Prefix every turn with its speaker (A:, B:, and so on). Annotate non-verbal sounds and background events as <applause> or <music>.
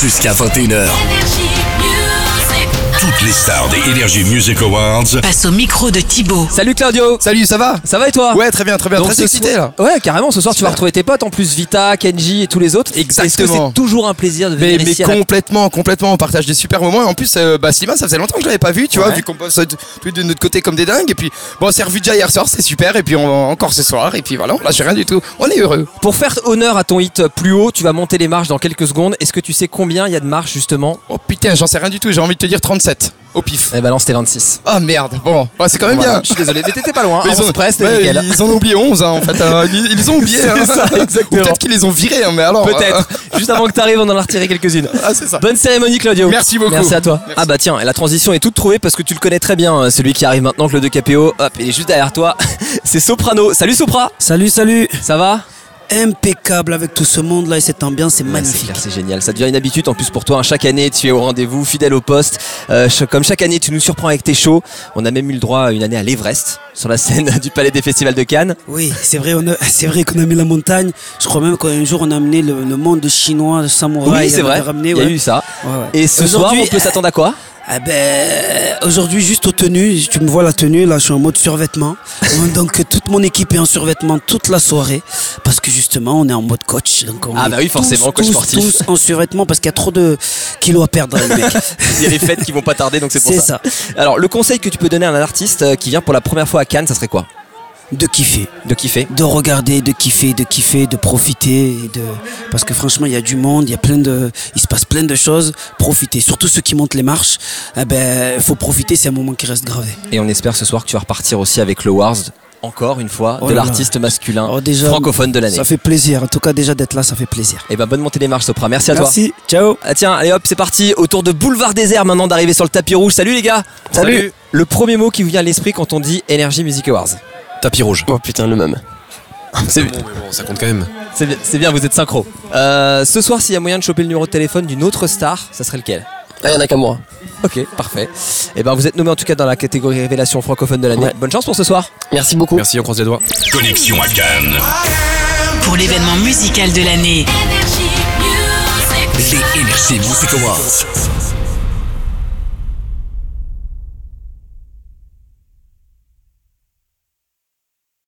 A: jusqu'à 21h.
B: Toutes les stars des Energy Music Awards.
C: Passe au micro de Thibaut.
D: Salut Claudio
E: Salut, ça va
D: Ça va et toi
E: Ouais, très bien, très bien.
D: Donc
E: très
D: ce
E: excité là.
D: soir- Ouais, carrément, ce soir tu vas retrouver tes potes en plus, Vita, Kenji et tous les autres. Est-ce que
E: Exactement.
D: c'est toujours un plaisir de
E: Mais,
D: venir
E: mais
D: ici à la-
E: complètement, complètement, on partage des super moments. Et en plus, euh, bah, Sylvain, ça faisait longtemps que je l'avais pas vu, tu vois,
D: Ouais.
E: vu qu'on passe euh, tous les deux de notre côté comme des dingues. Et puis, bon, on s'est revu déjà hier soir, c'est super. Et puis, on va encore ce soir. Et puis, voilà, on lâche rien du tout. On est heureux.
D: Pour faire honneur à ton hit plus haut, tu vas monter les marches dans quelques secondes. Est-ce que tu sais combien il y a de marches justement
E: Oh putain, j'en sais rien du tout. J'ai envie de te dire 37. Au pif.
D: Eh balance tes 26.
E: Oh merde, bon, bah, c'est quand même
D: Voilà,
E: bien.
D: Je suis désolé, mais t'étais pas loin.
E: <laughs> Mais
D: Ils
E: ils, ont,
D: presse,
E: ouais, ils en ont oublié 11 hein, en fait. hein. Ils,
D: <laughs>
E: ils ont oublié. hein.
D: ça, exactement.
E: Ou Peut-être qu'ils les ont virés, hein, mais alors.
D: Peut-être.
E: <laughs>
D: Juste avant que t'arrives, on en a retiré quelques-unes.
E: Ah, c'est hein. ça.
D: Bonne cérémonie Claudio.
E: Merci beaucoup.
D: Merci à toi.
E: Merci.
D: Ah bah tiens, et la transition est toute trouvée parce que tu le connais très bien, euh, celui qui arrive maintenant, Claudio Capéo. Hop, il est juste derrière toi. <laughs> C'est Soprano. Salut Sopra.
F: Salut, salut
D: Ça va
F: Impeccable avec tout ce monde là et cette ambiance, c'est
D: Ouais, c'est
F: magnifique.
D: clair, C'est génial. Ça devient une habitude en plus pour toi. hein. Chaque année, tu es au rendez-vous, fidèle au poste. Euh, ch- comme chaque année, tu nous surprends avec tes shows. On a même eu le droit une année à l'Everest sur la scène <laughs> du Palais des Festivals de Cannes.
F: Oui, c'est vrai, on a- <laughs> c'est vrai qu'on a mis la montagne. Je crois même qu'un jour on a amené le, le monde chinois, le samouraï.
D: oui, c'est
F: on
D: vrai.
F: avait Ramené,
D: Il y a
F: ouais.
D: eu ça.
F: Ouais, ouais.
D: Et ce soir,
F: Aujourd'hui,
D: on peut s'attendre à
F: <laughs>
D: quoi
F: Ah ben, aujourd'hui, juste aux tenues, tu me vois la tenue, là, je suis en mode
D: <laughs>
F: survêtement. donc, toute mon équipe est en survêtement toute la soirée, parce que justement, on est en mode coach. Donc on
D: Ah
F: est
D: bah oui,
F: tous,
D: forcément, coach
F: tous,
D: sportif.
F: Tous en survêtement, parce qu'il y a trop de kilos
D: <laughs>
F: à perdre, les mecs.
D: Il y a les fêtes qui vont pas tarder, donc c'est pour
F: C'est
D: ça. Alors, le conseil que tu peux donner à un artiste euh, qui vient pour la première fois à Cannes, ça serait quoi
F: De kiffer.
D: De kiffer.
F: de regarder, de kiffer, de kiffer, de profiter, et de parce que franchement il y a du monde, il y a plein de, il se passe plein de choses. Profiter, surtout ceux qui montent les marches, eh ben faut profiter, c'est un moment qui reste gravé.
D: Et on espère ce soir que tu vas repartir aussi avec le Wars, encore une fois,
F: Oh
D: de
F: là là.
D: l'artiste masculin
F: Alors déjà,
D: francophone de l'année.
F: Ça fait plaisir, en tout cas déjà d'être là, ça fait plaisir.
D: Et ben bonne montée des marches, Sopra. Merci à toi.
F: Merci, ciao.
D: Ah tiens, allez hop, c'est parti, autour de Boulevard Désert maintenant d'arriver sur le tapis rouge. Salut les gars
E: Salut.
D: Le premier mot qui vous vient à l'esprit quand on dit Energy Music Awards. Tapis rouge. Oh putain, le même. C'est bien,
E: ça compte quand même.
D: c'est bien, c'est bien, vous êtes synchro. Euh, ce soir, s'il y a moyen de choper le numéro de téléphone d'une autre star, ça serait lequel Il n'y Ah, en a qu'à moi. Ok, parfait. Et ben vous êtes nommé en tout cas dans la catégorie révélation francophone de l'année. Bonne chance pour ce soir. Merci beaucoup.
E: Merci, on croise les doigts.
B: Connexion à Cannes.
C: Pour l'événement musical de l'année.
A: Les Energy Music Awards.